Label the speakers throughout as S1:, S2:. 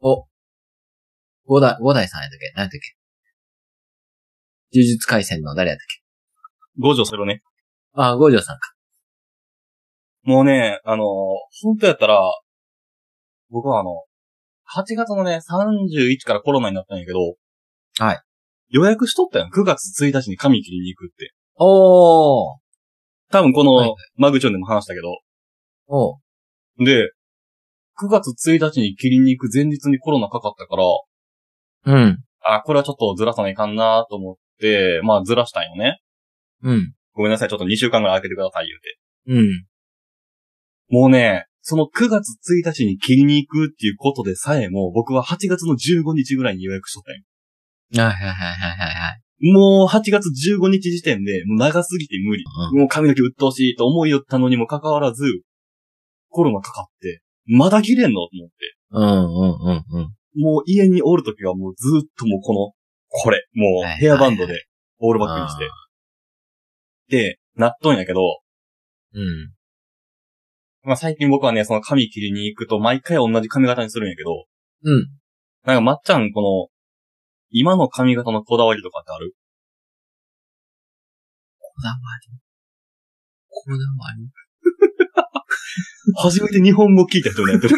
S1: お。五代、五代さんやったっけ何やったっけ呪術回戦の誰やったっけ
S2: 五条それをね。
S1: ああ、五条さんか。
S2: もうね、あのー、本当やったら、僕はあの、8月のね、31からコロナになったんやけど、
S1: はい。
S2: 予約しとったやん。9月1日に髪切りに行くって。
S1: おー。
S2: 多分こ
S1: はいはい、
S2: のマグチョンでも話したけど。
S1: おう。
S2: で、9月1日に切りに行く前日にコロナかかったから、
S1: うん。
S2: あ、これはちょっとずらさないかんなと思って、まあずらしたんよね。
S1: うん。
S2: ごめんなさい、ちょっと2週間ぐらい空けてください、言うて。
S1: うん。
S2: もうね、その9月1日に切りに行くっていうことでさえも、僕は8月の15日ぐらいに予約しとったんよ。
S1: はいはいはいはいはいはい。
S2: もう8月15日時点で、もう長すぎて無理。
S1: う
S2: もう髪の毛鬱陶しいと思いよったのにもかかわらず、コロナかかって、まだ切れんのと思って。
S1: うんうんうんうん。
S2: もう家におるときはもうずーっともうこの、これ、も
S1: はいう
S2: ヘアバンドでオールバックにし
S1: あ
S2: て。で、なっとんやけど、
S1: うん。
S2: まあ最近僕はね、その髪切りに行くと毎回同じ髪型にするんやけど、
S1: うん。
S2: なんかまっちゃんこの、今の髪型のこだわりとかってある
S1: こだわり
S2: 初めて日本語聞いた人になってる。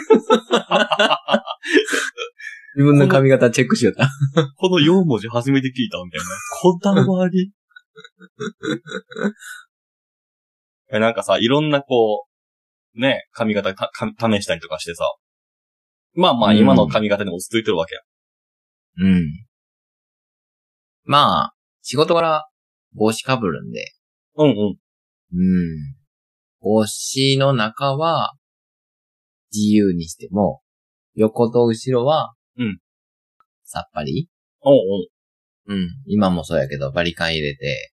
S1: 自分の髪型チェックしよった。
S2: この4文字初めて聞いたみたいな。こだわり えなんかさ、いろんなこう、ね、髪型かか試したりとかしてさ。まあまあ
S1: うん
S2: 今の髪型でも落ち着いてるわけや。
S1: うん。まあ、仕事柄帽子かぶるんで。
S2: うんうん。
S1: うん。帽子の中は、自由にしても、横と後ろは、
S2: うん。
S1: さっぱり
S2: おう
S1: うん。今もそうやけど、バリカン入れて、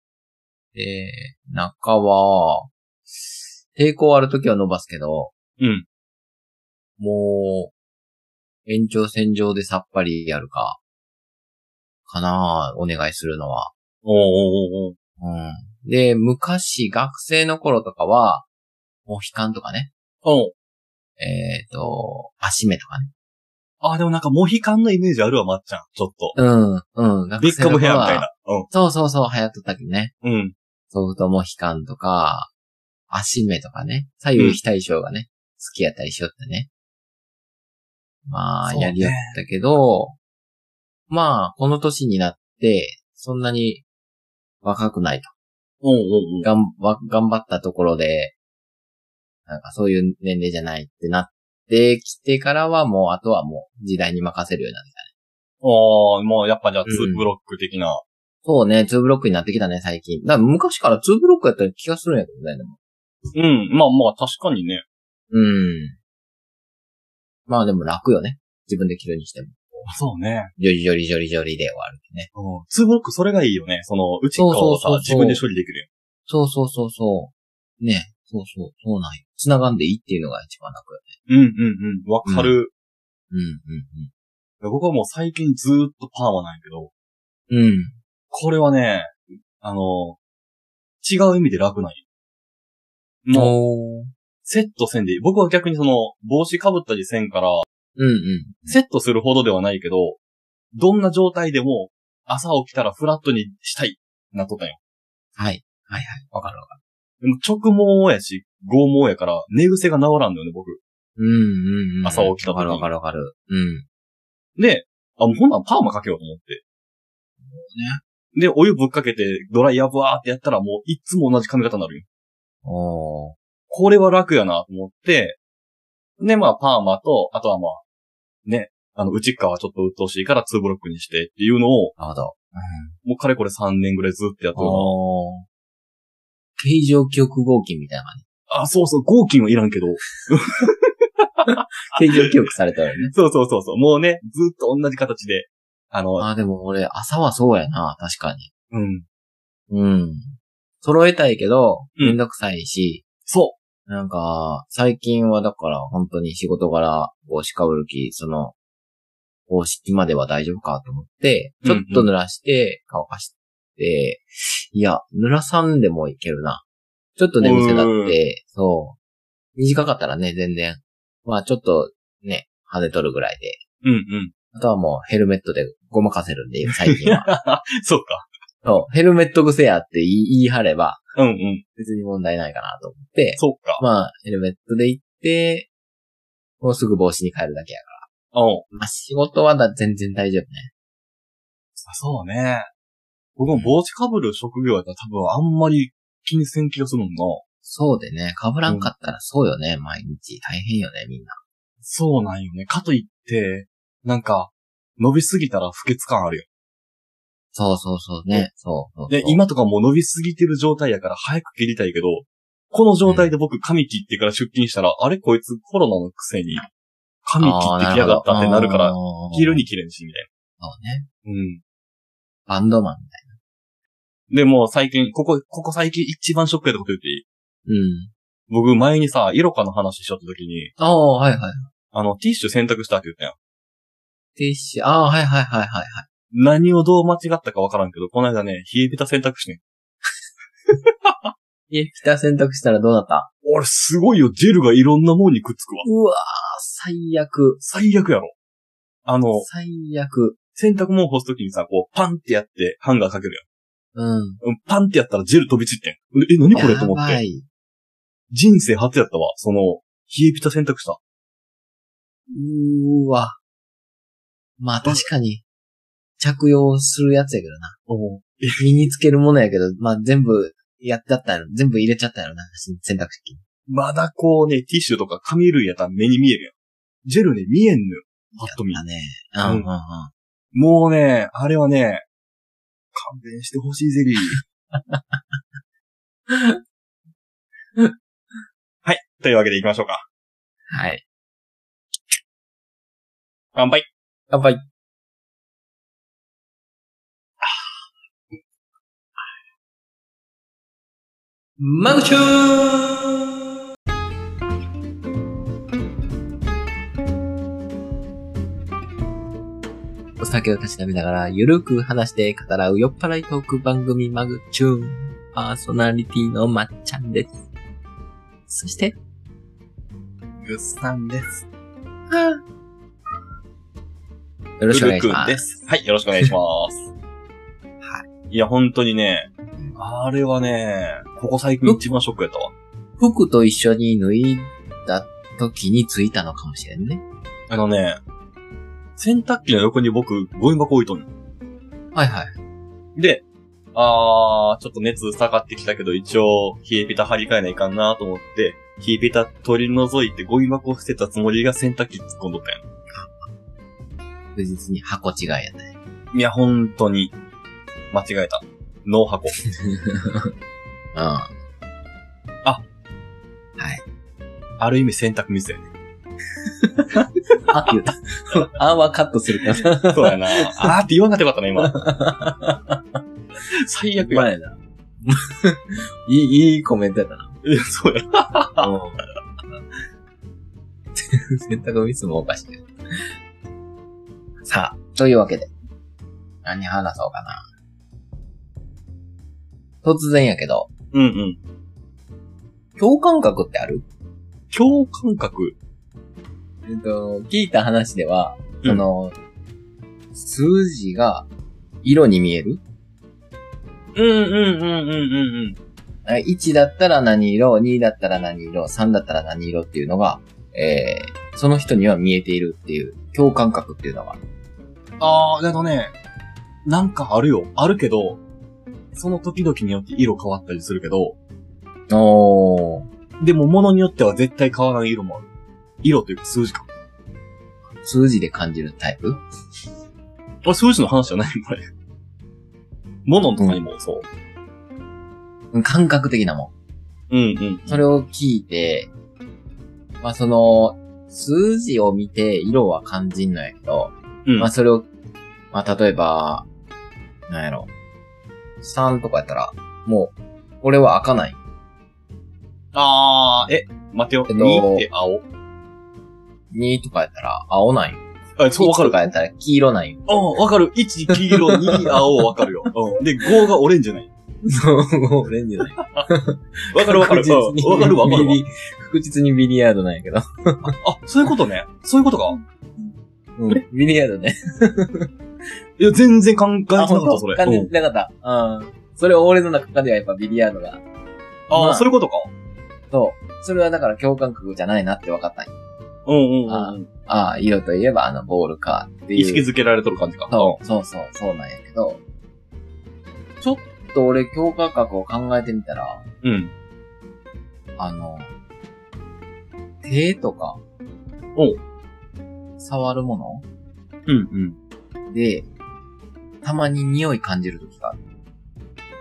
S1: で、中は、抵抗あるときは伸ばすけど、
S2: おう。うん。
S1: もう、延長線上でさっぱりやるか、かなあお願いするのは。
S2: おうおうおうおう。
S1: うん。で、昔、学生の頃とかは、モヒカンとかね、
S2: おう。
S1: えっ、と、足目とかね。
S2: あ、でもなんかモヒカンのイメージあるわ、まっちゃん。ちょっと。
S1: うん、うん。学
S2: ビッ
S1: 生
S2: カ
S1: の
S2: ムヘア
S1: 頃
S2: みたい
S1: は
S2: な。う
S1: そうそうそう、流行っとったけどね。
S2: ん。うん。
S1: ソフトモヒカンとか、足目とかね、左右非対称がね、好きやったりしよってね。まあ、
S2: そうね
S1: やりよったけど、まあ、この年になって、そんなに若くないと。
S2: おうおうおう。
S1: がん、わ頑張ったところで、なんかそういう年齢じゃないってなってきてからはもう、あとはもう時代に任せるようになってきたね。
S2: ああ、もうやっぱじゃあ
S1: うん
S2: 2ブロック的な。
S1: そうね、2ブロックになってきたね、最近。だから昔から2ブロックやった気がするんやけどね、でも。
S2: うん、まあまあ確かにね。
S1: うん。まあでも楽よね。自分で着るにしても。
S2: そうね。
S1: ジョリジョリジョリジョリで終わるね。
S2: 2ブロックそれがいいよね。その、内側をさ
S1: そうそうそう、
S2: 自分で処理できるよ。
S1: そうそうそうそう。ね。そうそう、そうなんよ。繋がんでいいっていうのが一番楽よね。
S2: うんうんうん。わかる。
S1: う
S2: 僕はもう最近ずーっとパーマなんやけど、
S1: ん、うん、うん。うん。
S2: これはね、あの、違う意味で楽なんよもう、
S1: おー。
S2: セットせんでいい。僕は逆にその、帽子かぶったりせんから、
S1: うん、うん。
S2: セットするほどではないけど、どんな状態でも、朝起きたらフラットにしたい、なっとったんよ。
S1: はい。はいはい。わかるわかる。
S2: でも直毛やし、剛毛やから、寝癖が治らんのよね、僕。
S1: うん、うん、うん。
S2: 朝起きた時
S1: わかるわかるわかる。うん。
S2: で、あ、もうほんならパーマかけようと思って。で、お湯ぶっかけて、ドライヤーブワーってやったら、もういっつも同じ髪型になるよ。
S1: おー。
S2: これは楽やなと思って、で、まあ、パーマと、あとはまあ、ね、あの、内っ側はちょっと鬱陶しいから2ブロックにしてっていうのを、
S1: なるほど。
S2: もうかれこれ3年ぐらいずっとやってるな
S1: おー。形状記憶合金みたいな感
S2: あ、そうそう、合金はいらんけど。
S1: じ。形状記憶されたよね。
S2: そうそうそうそう、もうね、ずっと同じ形で、あの、
S1: あー、でも俺、朝はそうやな。確かに。
S2: うん。
S1: うん。揃えたいけど、
S2: うん
S1: めんどくさいし、
S2: そ
S1: なんか、最近はだから本当に仕事柄帽子かぶる気、その、帽子までは大丈夫かと思って、
S2: う
S1: ち
S2: んう
S1: ょっ
S2: ん
S1: と濡らして乾かして、いや、濡らさんでもいけるな。ちょっと眠せだって、そう。短かったらね、全然。まあちょっとね、跳ねとるぐらいで、
S2: う。うんうん。
S1: あとはもうヘルメットでごまかせるんで、最近は。
S2: そうか。
S1: そう、ヘルメット癖やって言い言い張れば、
S2: うんうん。
S1: 別に問題ないかなと思って、
S2: そうか。
S1: まあ、ヘルメットで行って、もうすぐ帽子に変えるだけやか
S2: おう
S1: ら。まあ、仕事はだ全然大丈夫ね。
S2: あそうね。僕も帽子かぶる職業やったら多分あんまり気にせん気がするもんな。
S1: そうでね、被らんかったらそうよね、毎日。大変よね、みんな。
S2: そうなんよね。かといって、なんか、伸びすぎたら不潔感あるよ。
S1: そうそうそうね、そうそうそう
S2: で、、今とかもう伸びすぎてる状態やから早く切りたいけど、この状態で僕髪切ってから出勤したら、あれこいつコロナのくせに髪切ってきやがったってなるから、切る
S1: に。
S2: に切れんし、みたい
S1: そうね。
S2: な。うん。
S1: バンドマンみたい
S2: で、もう最近、ここ、ここ最近一番ショックやったこと言っていい
S1: な。うん。
S2: 僕前にさ、イロカの話しちゃった時に、
S1: ああ、はいはい。
S2: あの、ティッシュ選択したって言ったやん。
S1: ティッシュ、ああ、はいはいはいはいはい。
S2: 何をどう間違ったかわからんけど、この間ね、冷えピタ選択肢ね。
S1: え、ピタ選択したらどうなった
S2: 俺すごいよ、ジェルがいろんなもんにくっつくわ。
S1: うわー、最悪。
S2: 最悪やろ。あの、
S1: 最悪。
S2: 洗濯物干すときにさ、こう、パンってやって、ハンガーかける
S1: うん。
S2: やん。うんパンってやったらジェル飛びついてん。でえ、何これと思っ
S1: やば
S2: て。
S1: い。
S2: 人生初やったわ。その、冷えピタ選択した。
S1: うーわ。まあ確かに、着用するやつやけどな。身につけるものやけど、まあ全部やっちゃったやろ。全部入れちゃったやろな。選択肢に。
S2: まだこうね、ティッシュとか紙類やったら目に見えるやん。ジェルね、見えんのよ。パッと見
S1: だ。ね。うんうんうん。
S2: もうね、あれはね、勘弁してほしいゼリー。 はい。というわけで行きましょうか。
S1: はい。
S2: 乾杯。
S1: やばい。マグチューンお酒をたしなみながら、ゆるく話して語らう酔っ払いトーク番組マグチューン。パーソナリティのまっちゃんです。そして、
S2: ぐっさんです。
S1: よろしくお願いしま。
S2: ルルくんですす。はい。よろしくお願い します。はい。いや、本当にね、あれはね、ここ最近一番ショックやったわ。
S1: 服と一緒に脱いだ時についたのかもしれんね。
S2: あのね、洗濯機の横に僕、ゴミ箱置いとんよ
S1: はいはい。
S2: で、あー、ちょっと熱下がってきたけど、一応、冷えピタ張り替えないかんなと思って、冷えピタ取り除いてゴミ箱を捨てたつもりが洗濯機突っ込んどったんよ
S1: 確実に箱違いやね。
S2: いや、本当に、間違えた。脳箱。
S1: うん。あ
S2: ある意味洗濯ミスやね。
S1: って言った。 あはカットするから。
S2: そうやな。 あーって言わなかったな、今。最悪や。
S1: 前だ。 いい、いいコメントやったな。
S2: いや そうや。
S1: うん。洗濯ミスもおかしいけど。さあ、というわけで。何話そうかな。突然やけど、
S2: うんうん。
S1: 共感覚ってある
S2: 共感覚。
S1: えっと、聞いた話では、
S2: うん
S1: あの、数字が色に見える
S2: うんうんうんうんうんうん。
S1: あ ?1 だったら何色、2だったら何色、3だったら何色っていうのが、えー、その人には見えているっていう共感覚っていうのがある。
S2: あー、あのね、なんかあるよ。あるけど、その時々によって色変わったりするけど、
S1: おー。
S2: でも物によっては絶対変わらない色もある。色というか数字か。
S1: 数字で感じるタイプ
S2: あれ数字の話じゃないこれ。物とかにもそう。
S1: うん感覚的なも
S2: うんうん。
S1: ん。それを聞いて、まあその、数字を見て色は感じんのやけど、
S2: うん
S1: まあ、それを、まあ、例えば、なんやろ。3とかやったら、もう、俺は開かない。
S2: あー、え、待てよ。
S1: えっ
S2: え
S1: と
S2: って青。
S1: 2とかやったら、青ない。
S2: あ、そうわか
S1: 1
S2: る
S1: と。かやったら、黄色ない。
S2: うん、わかる。1、黄色、2、青、わかるよ。 うん。で、5がオレンジない。
S1: そう、オレンジない。
S2: わかるわかる。
S1: 確
S2: うん
S1: 実に
S2: わかるわかるわ
S1: ビ。リ確実にビリヤードなんやけど。
S2: あ、そういうことね。そういうことか。
S1: うん。ビリヤードね。
S2: いや、全然考えてなか
S1: ほん
S2: った、
S1: と
S2: それ。
S1: 感じ
S2: うん
S1: てなかった。うん。それ俺の中ではやっぱビリヤードが。
S2: あ
S1: まあ
S2: あ、そういうことか。
S1: そう。それはだから共感覚じゃないなって分かったんよ
S2: うんうんう
S1: あ
S2: んうん。
S1: ああ、色といえばあのボールかっていう。
S2: 意識づけられとる感じか。
S1: そう、そうそう、そうなんやけど、ちょっと俺、強化格を考えてみたら、
S2: うん。うん。
S1: あの、手とか、
S2: お
S1: 触るも
S2: うんうん。
S1: ので、たまに匂い感じるときがある。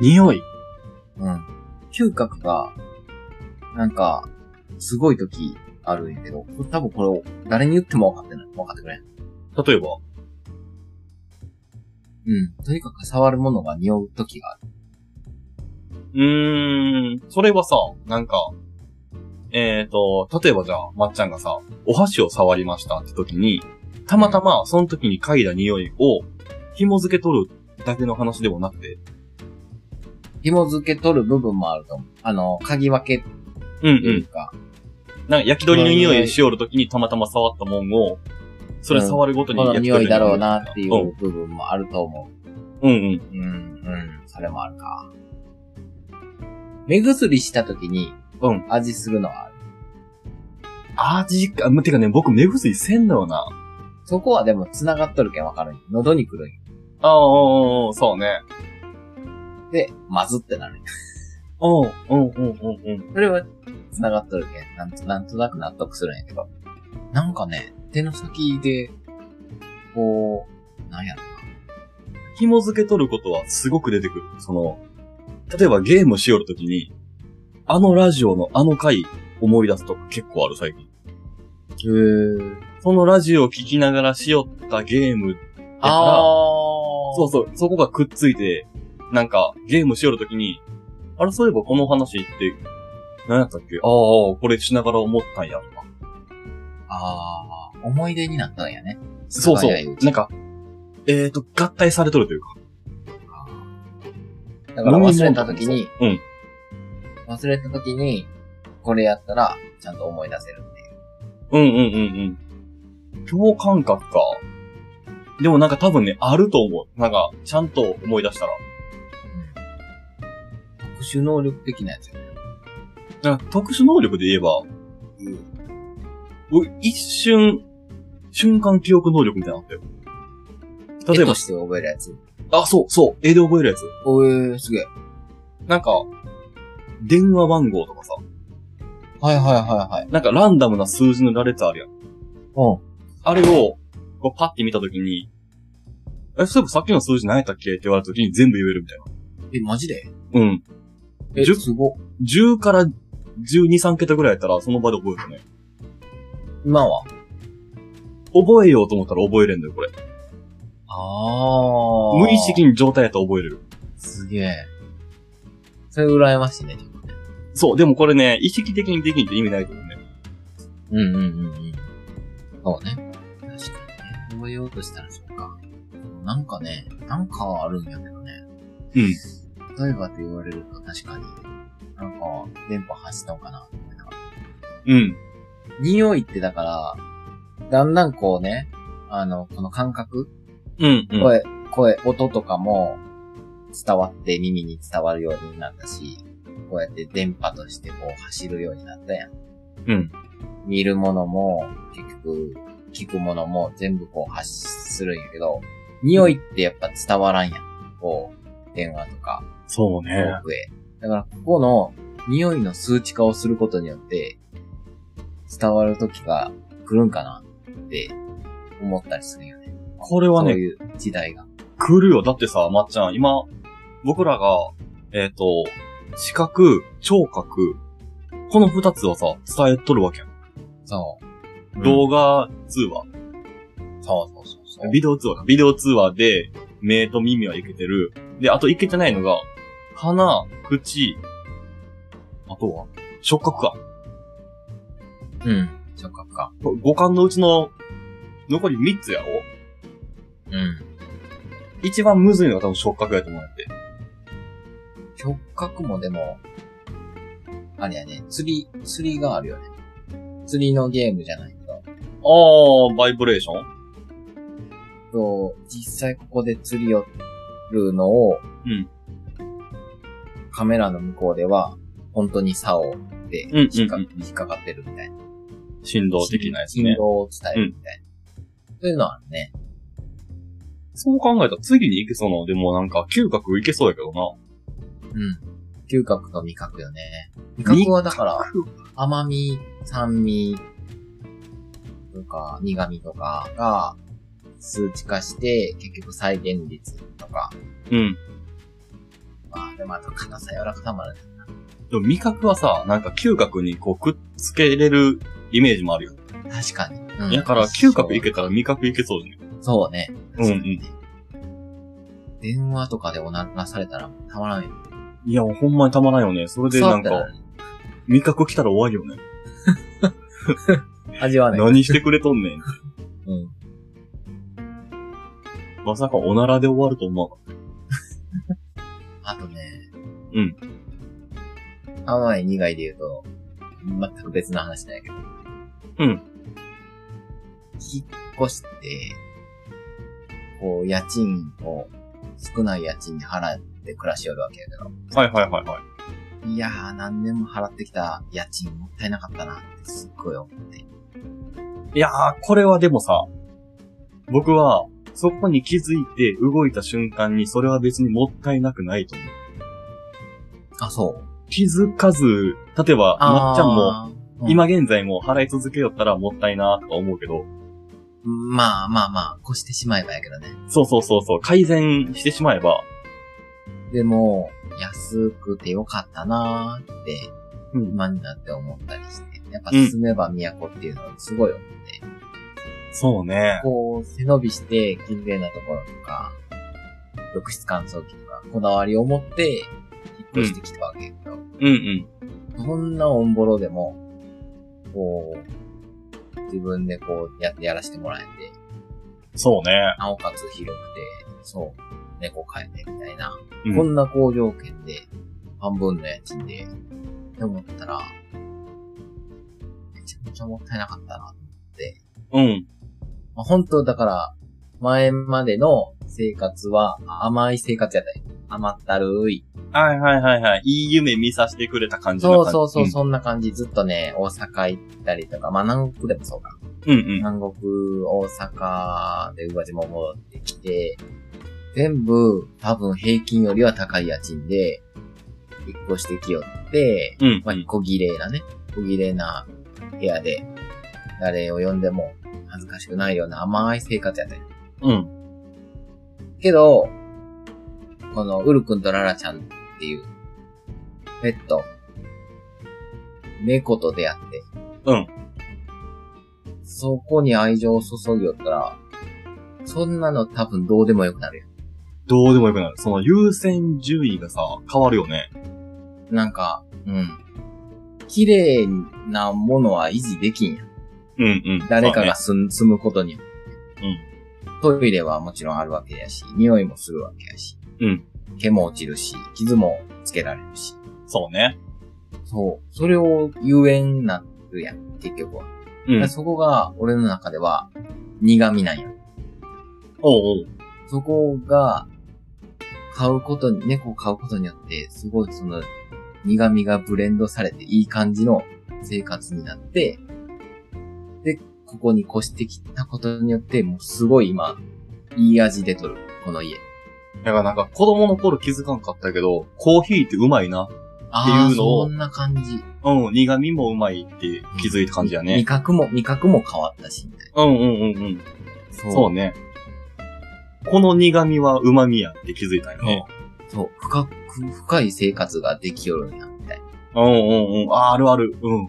S2: 匂い。
S1: うん。嗅覚が、なんか、すごいときあるんやけど、多分これを誰に言っても分かってない。分かってくれん。
S2: 例えば。
S1: うん。とにかく触るものが匂うときがある。
S2: うーん。それはさ、なんか、えーと、例えばじゃあ、まっちゃんがさ、お箸を触りましたって時に、たまたまその時に嗅いだ匂いを紐付け取るだけの話でもなくて、
S1: 紐付け取る部分もあると思う。あの、鍵分けっ
S2: うんう。
S1: ていうんか、
S2: なんか焼き鳥の匂いしおる時にたまたま触ったもんを、それ触るごとに
S1: この
S2: 焼き
S1: 匂
S2: 鳥
S1: いだろうなってい
S2: うん
S1: う部分もあると思
S2: うんうん
S1: う。。うん、うん、それもあるか。目薬した時に
S2: うん。
S1: 味するのはある。
S2: 味か、まてかね、僕目薬せんのよな。
S1: そこはでも繋がっとるけんわかるんよ喉に来るんよ
S2: ああ、そうね。
S1: で、まずってなるんよ。
S2: うん、うん、うん、うん、うん。
S1: それは繋がっとるけん、なんとなんとなく納得するんやけど。なんかね、手の先で、こう、なんやろ
S2: 紐付け取ることはすごく出てくる。その、例えばゲームしよるときに、あのラジオのあの回思い出すとか結構ある最近。
S1: へー。
S2: そのラジオを聞きながらしよったゲームやから、
S1: あー。
S2: そうそう、そこがくっついて、なんかゲームしよるときに、あれそういえばこの話って、何やったっけああ、これしながら思ったんやとか。
S1: あー。思い出になったんやね。
S2: そうそ。
S1: 早いうち
S2: なんか、えーと、合体されとるというか。
S1: だから忘れた時に、
S2: うん。
S1: 忘れた時に、これやったら、ちゃんと思い出せるっていう。
S2: うんうんうんうん。共感覚か。でもなんか多分ね、あると思う。なんか、ちゃんと思い出したら。
S1: 特殊能力的なやつよね。
S2: なんか特殊能力で言えば、う一瞬、瞬間記憶能力みたいなのあったよ。
S1: 例
S2: 例
S1: えば。
S2: えば
S1: と、して覚えるやつ。
S2: あ、そう、そう、絵で覚えるやつ。
S1: おえー、すげえ。
S2: なんか、電話番号とかさ、
S1: はいはいはいはい。
S2: なんかランダムな数字の羅列あるやん。
S1: う
S2: あれを、こうパッて見たときに、え、そういえばさっきの数字何やったっけって言われたときに全部言えるみたい
S1: ん。え、マジで
S2: な。うん。
S1: え、
S2: 10
S1: すご。
S2: 10から12、3桁ぐらいやったらその場で覚えるね。
S1: 今は
S2: 覚えようと思ったら覚えれんのよ、これ。
S1: あ
S2: 無意識
S1: に。
S2: に状態やったら覚えれる。
S1: すげえ。それ羨ましいね。ちょっとね
S2: そう、でもこれね、意識的にできんって意味ないと思うね。
S1: うんうんうんうん。そうね。確かにね。覚えようとしたらそうか。なんかね、なんかはあるんやけどね。
S2: うん。
S1: 例えばと言われると確かに、なんか、電波発したのかな。
S2: うん。
S1: 匂いってだから、だんだんこうね、あの、この感覚、
S2: うん、うん。
S1: 声、声、音とかも伝わって耳に伝わるようになったし、こうやって電波としてこう走るようになったやん。
S2: うん。
S1: 見るものも、結局、聞くものも全部こう発するんやけど、匂いってやっぱ伝わらんやん。こう、電話とか、
S2: そうね。
S1: 遠くへ。だから、ここの匂いの数値化をすることによって、伝わる時が来るんかなって思ったりするよね。
S2: これは
S1: そう
S2: ね、
S1: いう時代が。
S2: 来るよ。だってさ、まっちゃん、今、僕らが、えっ、と、視覚、聴覚、この二つはさ、伝えとるわけやん。
S1: そう。
S2: 動画通話、
S1: うんそうそうそうそう。
S2: ビデオ通話か。ビデオ通話で、目と耳はいけてる。で、あといけてないのが、鼻、口、あとは、触覚か。
S1: うん。触覚か。
S2: こ五感のうちの、残り三つやろ
S1: うん。
S2: 一番むずいのが多分触覚やと思うんやって。
S1: 触覚もでも、あれやね、釣り、釣りがあるよね。釣りのゲームじゃないけど。
S2: あー、バイブレーション
S1: と、実際ここで釣り寄るのを、
S2: うん
S1: カメラの向こうでは、本当に竿で
S2: うん
S1: 引っか,、
S2: うんうんうん
S1: 引っかかってるみたいな。
S2: 振動的なやつね
S1: 振。動を伝えるみたいな。そういうのはあるね。
S2: そう考えたら次に行けそうなのでもなんか嗅覚行けそうやけどな。
S1: うん。嗅覚と味覚よね。味覚はだから、甘み、酸味、とか苦味とかが数値化して、結局再現率とか、
S2: うん。
S1: まあ、でもあと硬さ柔らかさもあるね。
S2: でも味覚はさ、なんか嗅覚にこうくっつけれるイメージもあるよ。
S1: 確かに。うん
S2: だから嗅覚行けたら味覚行けそうじゃん。
S1: そうね。
S2: うんうん
S1: 確かにね電話とかでおならされたらたまらんよ。
S2: いや、もうほんまにたまらんよね。それでなん
S1: 触った
S2: か、味覚来たら終わりよね。
S1: ら味わわない。
S2: 何してくれとんねん。
S1: うん。
S2: まさかおならで終わると思う。
S1: あとね。
S2: うん。
S1: 甘い苦いで言うと、全く別の話なんやけど。
S2: うん。
S1: 引っ越して、こう、家賃を少ない家賃に払って暮らしよるわけやけ
S2: はいはいはいはい。
S1: ど。いやー、何年も払ってきた家賃もったいなかったなってすっごい思って。
S2: いやー、これはでもさ、僕は、そこに気づいて動いた瞬間に、それは別にもったいなくないと思う。
S1: あ、そう。
S2: 気づかず、例えば、まっちゃんも、
S1: も
S2: 今現在も払い続けよったらもったいなとか思うけど、
S1: まあまあまあ、越してしまえばやけどね。
S2: そうそうそうそう、改善してしまえば、
S1: でも、安くてよかったなーって、
S2: うん
S1: 今になって思ったりして。やっぱ住めば都っていうのはすごい思って。
S2: そうね。
S1: こう、背伸びして、綺麗なところとか、浴室乾燥機とか、こだわりを持って、引っ越してきたわけよ。
S2: うんうん。
S1: そんなオンボロでも、こう、自分でこう、やってやらせてもらえて、
S2: そうね。
S1: なおかつ広くて、そう、猫飼えてみたいな。
S2: うん
S1: こんな好条件で、半分の家賃で、って思ったら、めちゃめちゃもったいなかったな。
S2: うん。
S1: まあ、本当だから、前までの生活は甘い生活やったよ。甘ったるい。
S2: はいはいはいはい。いい夢見させてくれた感じ
S1: そうそうそう、
S2: う。
S1: そんな感じ。ずっとね、大阪行ったりとか、まあ南国でもそうか。
S2: うんうん。
S1: 南国、大阪で宇和島戻ってきて、全部多分平均よりは高い家賃で、引っ越してきよって、
S2: うん。
S1: まあ、小綺麗なね、小綺麗な部屋で、誰を呼んでも恥ずかしくないような甘い生活やったんや
S2: うん。
S1: けど、この、ウルくんとララちゃんっていう、ペット、猫と出会って、
S2: うん。
S1: そこに愛情を注ぎよったら、そんなの多分どうでもよくなるよ。
S2: どうでもよくなる。その優先順位がさ、変わるよね。
S1: なんか、うん。綺麗なものは維持できんやん
S2: うんうん。
S1: 誰か
S2: そうね
S1: が住,、住むことによって。トイレはもちろんあるわけやし、匂いもするわけやし。
S2: うん
S1: 毛も落ちるし、傷もつけられるし。
S2: そうね。
S1: そう。それを遊園になるやん、結局は。
S2: う
S1: だか
S2: ん
S1: ら。そこが、俺の中では、苦味なんや。
S2: おうおう。
S1: そこが、買うことに、猫を飼うことによって、すごいその、苦味がブレンドされて、いい感じの生活になって、で、ここに越してきたことによって、もうすごい今、いい味出とる、この家。
S2: だからなんか子供の頃気づかんかったけど、コーヒーってうまいな。
S1: ああ、
S2: っていうのを
S1: そんな感じ。
S2: うん、苦味もうまいって気づいた感じや
S1: 味
S2: ね。
S1: 覚も、味覚も変わったし、みたい
S2: うんうんうんうん。
S1: な。
S2: そうね。この苦味は旨味やって気づいたよね。
S1: そう、深く、深い生活ができよるんや、みたいな。
S2: うんうんうん。あ、あるある。うん。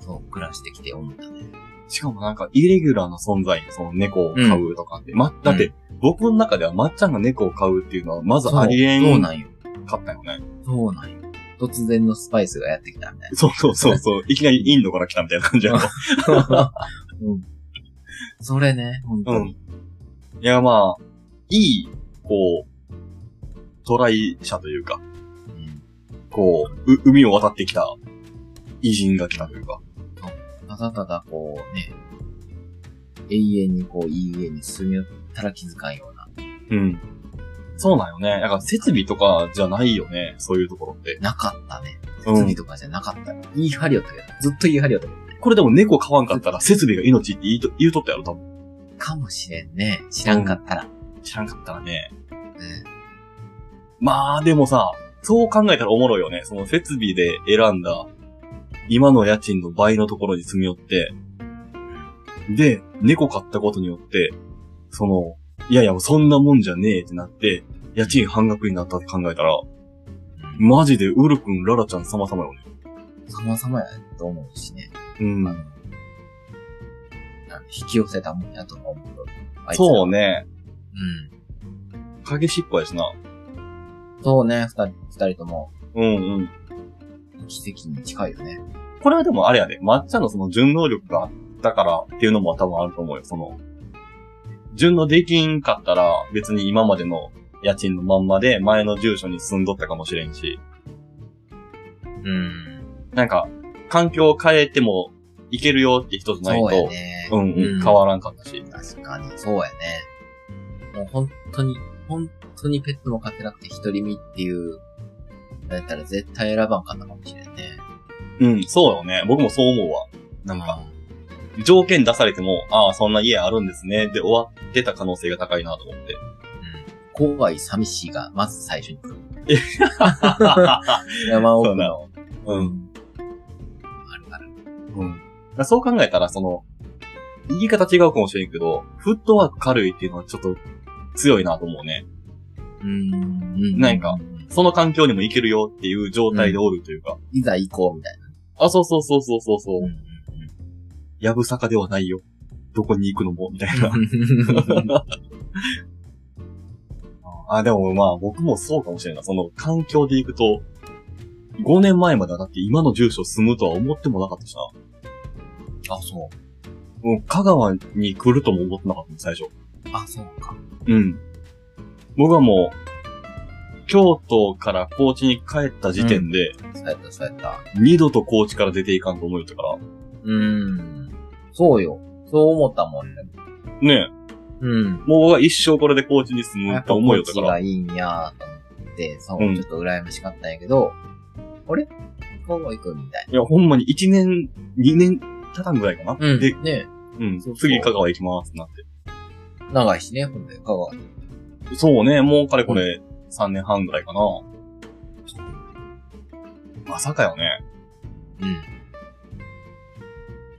S1: そう、暮らしてきて思ったね。
S2: しかもなんか、イレギュラーな存在、その猫を飼うとかって。ま、だって、僕の中ではまっちゃんが猫を飼うっていうのは、まずありえ
S1: そうそうんな
S2: か
S1: んよ。
S2: ったよね。
S1: そうなんよ。突然のスパイスがやってきたみたい
S2: そうそうそうそう。いきなりインドから来たみたいな感じやろ。
S1: な。うん。それね、本当
S2: うん。
S1: に。
S2: いや、まあ、いい、こう、トライ者というか、こう、う海を渡ってきた偉人が来たというか。
S1: ただただこうね、永遠にこう、いい家に住みたら気づかんような。
S2: うん。そうなんよね。だから設備とかじゃないよね。そういうところって。
S1: なかったね。
S2: うん
S1: 設備とかじゃなかった。言い張りよったけど、ずっと言い張りよったけど。
S2: これでも猫飼わんかったら設備が命って言いと言うとったやろ、多分。
S1: かもしれんね。知らんかったら。
S2: 知らんかったらね。
S1: ね
S2: まあ、でもさ、そう考えたらおもろいよね。その設備で選んだ、今の家賃の倍のところに住み寄って、で、猫飼ったことによって、その、いやいや、そんなもんじゃねえってなって、家賃半額になったって考えたら、
S1: うん
S2: マジでウル君、ララちゃん様々よね。
S1: 様々やと思うしね。
S2: うん
S1: あの、なんで引き寄せたもんやと思うけど。あいつら
S2: そう。ね。
S1: う
S2: 影しっぱやしな。
S1: ん。そうね、二人、二人とも、
S2: うんうん。
S1: 奇跡に近いよね。
S2: これはでもあれやで、抹茶のその順能力があったからっていうのも多分あると思うよ、その。順応できんかったら別に今までの家賃のまんまで前の住所に住んどったかもしれんし、
S1: うん。
S2: なんか、環境を変えてもいけるよって人じゃない
S1: そうや
S2: と、
S1: ね。
S2: うんうん、変わらんかったし。
S1: 確かに、そうやね。もう本当に、本当にペットも飼ってなくて独り身っていう、だったら絶対選ばんかったかもしれんね。
S2: うん、そうよね。僕もそう思うわ。なんか、条件出されても、ああ、そんな家あるんですね、で終わってた可能性が高いなと思って。
S1: うん。怖い、寂しいが、まず最初に来る。山
S2: そう
S1: 奥
S2: な
S1: の。
S2: の。うん。
S1: あるある。
S2: うん。だからそう考えたら、その、言い方違うかもしれんけど、フットワーク軽いっていうのはちょっと強いなと思うね。
S1: うん。
S2: なんか、その環境にも行けるよっていう状態でおるというか。
S1: いざ行こうみたいな。
S2: あ、そうそうそうそうそうそうう。
S1: ん
S2: やぶさかではないよ。どこに行くのも、みたいな。あ、でもまあ僕もそうかもしれんない。その環境で行くと、5年前まではだって今の住所住むとは思ってもなかったしな。
S1: あ、そう。
S2: もう香川に来るとも思ってなかったもん最初。
S1: あ、そうか。
S2: うん。僕はもう、京都から高知に帰った時点で、
S1: そうやった、そうやった。
S2: 二度と高知から出ていかんと思うよったから、
S1: うん。そうよ。そう思ったもんね。
S2: ねえ、
S1: うん。
S2: もう僕は一生これで高知に住むと思うよったか
S1: やっぱ
S2: ら、
S1: こっちがいいんやと思って、そうう、
S2: ん
S1: ちょっと羨ましかったんやけど、あれ香川行くみたい
S2: いや、ほんまに一年、二年経たんぐらいかな。
S1: な。うん。
S2: で、
S1: ね
S2: うん、
S1: そうそう
S2: 次香川行きますってなっ
S1: 長いしね、ほんで、香川に。
S2: て。そうね、もうかれこれ三年半ぐらいかな。まさかよね。
S1: うん。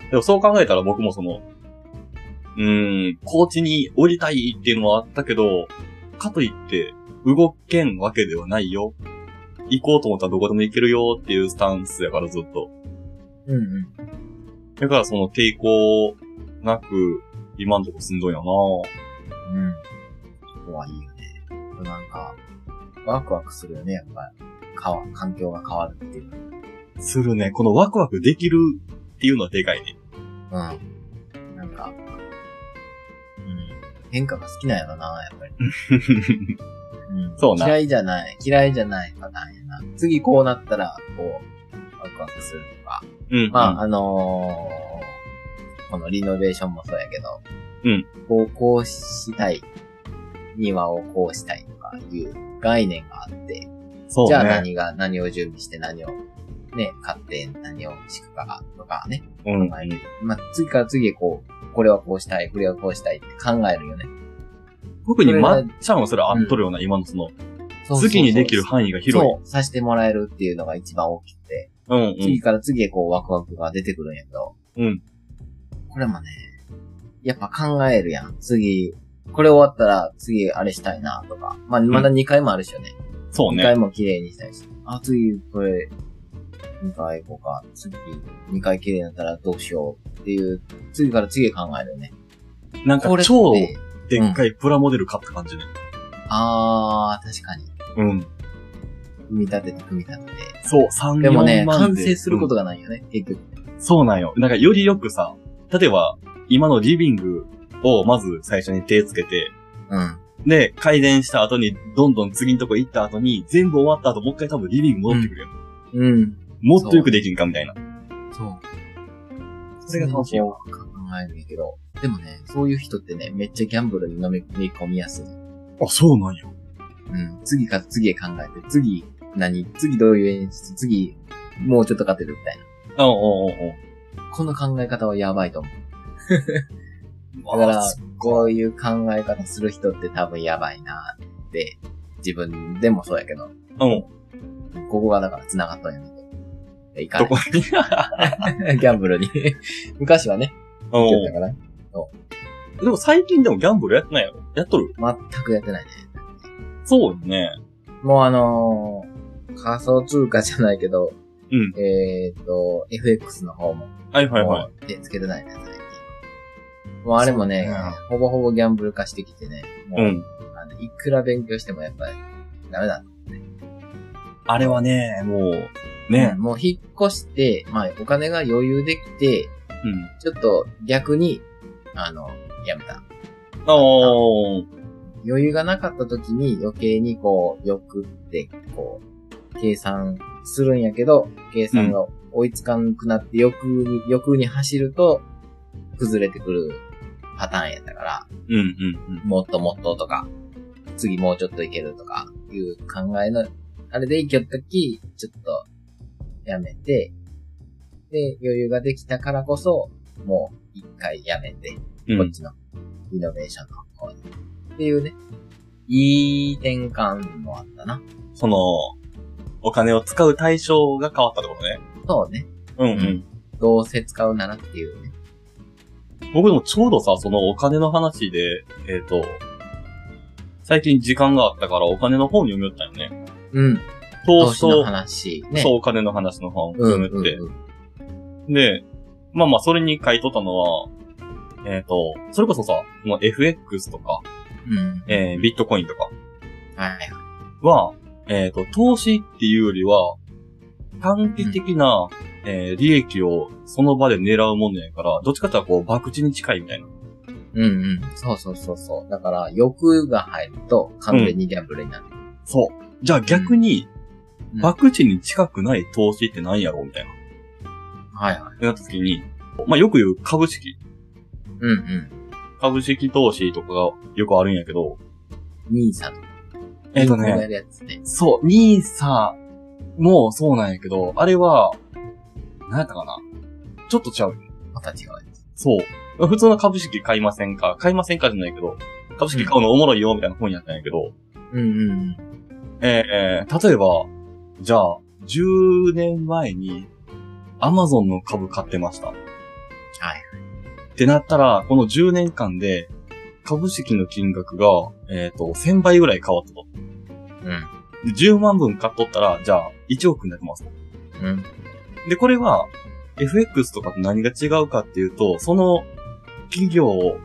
S2: でもそう考えたら僕もその、うーん、高知に降りたいっていうのはあったけど、かといって、動けんわけではないよ。行こうと思ったらどこでも行けるよっていうスタンスやからずっと。
S1: うんうん。
S2: だからその抵抗なく、今んとこ住んどんやな
S1: うん。そこはいいよね。なんか、ワクワクするよね、やっぱ。変わ、環境が変わるっていう。
S2: するね。このワクワクできるっていうのはでかいね。
S1: うん。なんか、うん。変化が好きなんやろな、やっぱ り。うん
S2: そうな
S1: 嫌いじゃない、嫌いじゃないパターンやな。次こうなったら、こう、ワクワクするとか。
S2: うん。
S1: まあ、あのーこのリノベーションもそうやけど、
S2: うん。
S1: こう、こうしたい。庭をこうしたいとかいう概念があって、
S2: そうね。
S1: じゃあ何が、何を準備して何を、ね、買って何を敷くかとかね。
S2: うん。
S1: まあ、次から次へこう、これはこうしたい、これはこうしたいって考えるよね。
S2: 特にまっちゃんはそれあっとるような、今のその、
S1: そうそうそう
S2: 好きにできる範囲が広い。
S1: そう、させてもらえるっていうのが一番大きくて、
S2: うんうん
S1: 次。から次へこうワクワクが出てくるんやけど、
S2: うん。
S1: これもね、やっぱ考えるやん。次、これ終わったら次あれしたいなとか。まあ、まだ2回もあるしよね。
S2: そう
S1: 2
S2: ね。
S1: 回も綺麗にしたいし。あ、次これ、2回行こうか。次、2回綺麗になったらどうしようっていう、次から次へ考えるよね。
S2: なんか
S1: これっ
S2: 超、
S1: て、
S2: でっかいプラモデル買った感じね。
S1: あー、確かに。
S2: うん。
S1: 組み立てて組み立てて。
S2: そう、3
S1: でもね、
S2: 4万
S1: 完成すること
S2: が、
S1: がないよね、結局。
S2: うんそうなんよ。なんかよりよくさ、例えば、今のリビングをまず最初に手つけて、
S1: うん。
S2: で、改善した後に、どんどん次のとこ行った後に、全部終わった後、もう一回多分リビング戻ってくるよ。
S1: うん。
S2: もっとよくできんかみたいな。
S1: そう。
S2: それが楽しいよ。
S1: 考えるんやけど、でもね、そういう人ってね、めっちゃギャンブルに飲み込みやすい。
S2: あ、そうなんや。
S1: うん。次から次へ考えて、次何、次どういう演出、次、もうちょっと勝てるみたい
S2: あおうおうおう
S1: な。この考え方はやばいと思う。
S2: あ
S1: だから
S2: そ
S1: こういう考え方する人って多分やばいなって、自分でもそうやけど、
S2: うん。
S1: ここがだから繋がったんやね。いか
S2: どこに
S1: ない。 ギャンブルに。昔はね、
S2: お
S1: 行けたから、
S2: でも最近でもギャンブルやってないやろやっとる
S1: 全くやってないね。
S2: そうよね。
S1: もうあのー仮想通貨じゃないけど、
S2: うん。
S1: えーっと、FX の方も、
S2: はいはいはい。
S1: い。手つけてないね、最近。もうあれもね
S2: そうね、
S1: ほぼほぼギャンブル化してきてね、もう、
S2: うん
S1: あのいくら勉強してもやっぱり、ダメだ。
S2: あれはね、もう、ね
S1: う。んもう引っ越して、まあお金が余裕できて、
S2: うん。
S1: ちょっと逆に、あの、やめた。
S2: あー。
S1: 余裕がなかった時に余計にこう、欲って、こう、計算するんやけど、計算が追いつかなくなって欲に、欲に走ると、崩れてくるパターンやったから、
S2: うんうん
S1: もっともっととか、次もうちょっといけるとか、いう考えの、あれでいけたき、ちょっと、やめて、で、余裕ができたからこそ、もう一回やめて、
S2: うん。う
S1: こっ
S2: ん。
S1: ちのイノベーションの方に。っていうね、いい転換もあったな。
S2: その、お金を使う対象が変わったってことね。
S1: そうね。
S2: うんう。
S1: うんどうせ使うならっていうね。
S2: 僕でもちょうどさ、そのお金の話で、えっ、と、最近時間があったからお金の本読みよったよね。
S1: うん。
S2: 投
S1: 投
S2: 資
S1: 資の
S2: と、
S1: 話。ね。
S2: そうお金の話の
S1: う
S2: 本読
S1: ん
S2: み
S1: う
S2: よっ
S1: ん
S2: て。
S1: うん。
S2: で、まあまあ、それに書いとったのは、えっ、と、それこそさ、この FX とか、
S1: うん。
S2: えービットコインとか
S1: はいはい。
S2: は、えっ、と、投資っていうよりは、短期的な、えー利益をその場で狙うものやから、どっちかというとこう、博打に近いみたいな。
S1: うんうん。そうそうそうそう。だから、欲が入ると完全にギャンブルになる。
S2: そう。じゃあ逆に、
S1: うん
S2: 博打に近くない投資って何やろうみたいな。
S1: はいはい。
S2: ってなった時に、まあよく言う株式。
S1: うんうん。
S2: 株式投資とかがよくあるんやけど、
S1: 兄さん。
S2: えっ、と
S1: や
S2: ね、
S1: るやつね。
S2: そう、ニーサもうそうなんやけど、あれは、何やったかなちょっと違う。
S1: また違うやつ。
S2: そう。普通の株式買いませんか買いませんかじゃないけど、株式買うのおもろいよみたいな本やったんやけど、
S1: うんうん。
S2: えー、例えば、じゃあ、10年前に、アマゾンの株買ってました。
S1: はい。
S2: ってなったら、この10年間で、株式の金額が、えっ、と、1000倍ぐらい変わったと。
S1: うん。
S2: で10万分買っとったら、じゃあ、1億になってます。
S1: うん。
S2: で、これは、FX とかと何が違うかっていうと、その企業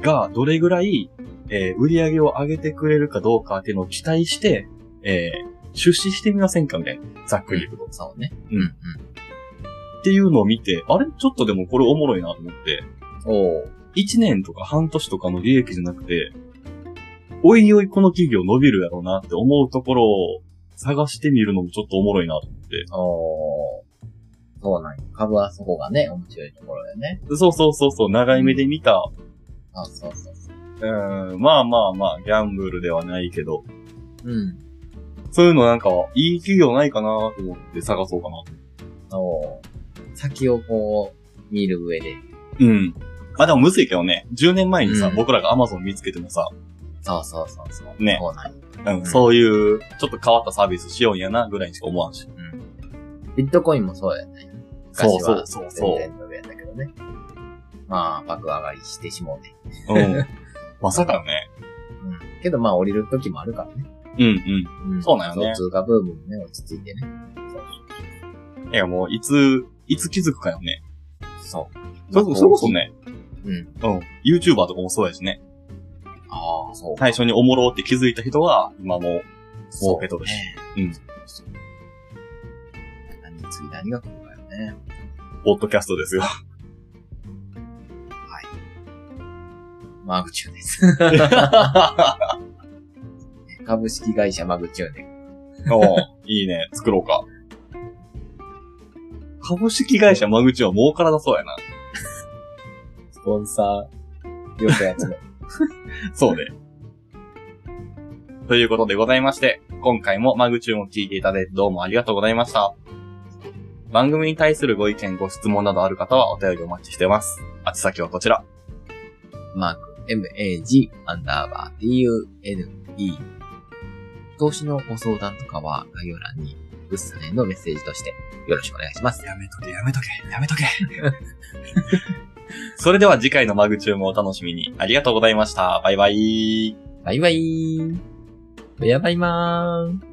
S2: がどれぐらい、えー売り上げを上げてくれるかどうかっていうのを期待して、えー出資してみませんかみたいな。ざっくり言うこと。
S1: そうね。
S2: うん
S1: うん。
S2: っていうのを見て、あれちょっとでもこれおもろいなと思って、
S1: おー。
S2: 1年とか半年とかの利益じゃなくて、おいおいこの企業伸びるやろうなって思うところを探してみるのもちょっとおもろいなと思って。
S1: おー。そうなんよ株はそこがね、面白いところだよね。
S2: そうそうそうそう、長い目で見た
S1: あ、そうそうそう
S2: うんまあまあまあ、ギャンブルではないけど、。
S1: うん。
S2: そういうのなんか、いい企業ないかなと思って探そうかな。
S1: おー。先をこう、見る上で。
S2: うん。まあでもむずいけどね、10年前にさ、
S1: うん
S2: 僕らが Amazon 見つけてもさ、
S1: そうそうそうそう。
S2: ね
S1: そうなんよ
S2: うん、
S1: ん
S2: そういう、ちょっと変わったサービスしようんやな、ぐらいにしか思わんし。
S1: うん。ビットコインもそうやね。
S2: そう
S1: 昔
S2: そ
S1: は
S2: うそうそ
S1: 全然伸びやったけどね。まあ、爆上がりしてしもうね。
S2: う。うん。 まさかよね。
S1: うん。けどまあ、降りる時もあるからね。
S2: うんうん。
S1: うん。
S2: そうなんよね
S1: 通貨ブームもね、落ち着いてね。そう
S2: いやもう、いつ、いつ気づくかよね。
S1: そう。
S2: それこそそれこそ。ね、
S1: うん。
S2: うん。YouTuber とかもそうやしね。
S1: ああ、そう。
S2: 最初におもろって気づいた人は、今も、
S1: そう
S2: 儲けとるしうん
S1: ね。そう何次何が来るかよね。
S2: ポッドキャストですよ。
S1: マグチューです。 株式会社マグチューね。
S2: おういいね。作ろうか。株式会社間口は儲からなそうやな。
S1: スポンサー、よくやつめ。
S2: そうね。ということでございまして、今回もマグチューンを聞いていただいてどうもありがとうございました。番組に対するご意見、ご質問などある方はお便りお待ちしてます。宛先はこちら。
S1: マーク、mag、アンダーバー、dune。投資のご相談とかは概要欄に、うっすねのメッセージとしてよろしくお願いします。
S2: やめとけ、やめとけ、やめとけ。それでは次回のマグチューンもお楽しみに。ありがとうございました。バイバイ。
S1: バイバイやばいまーん。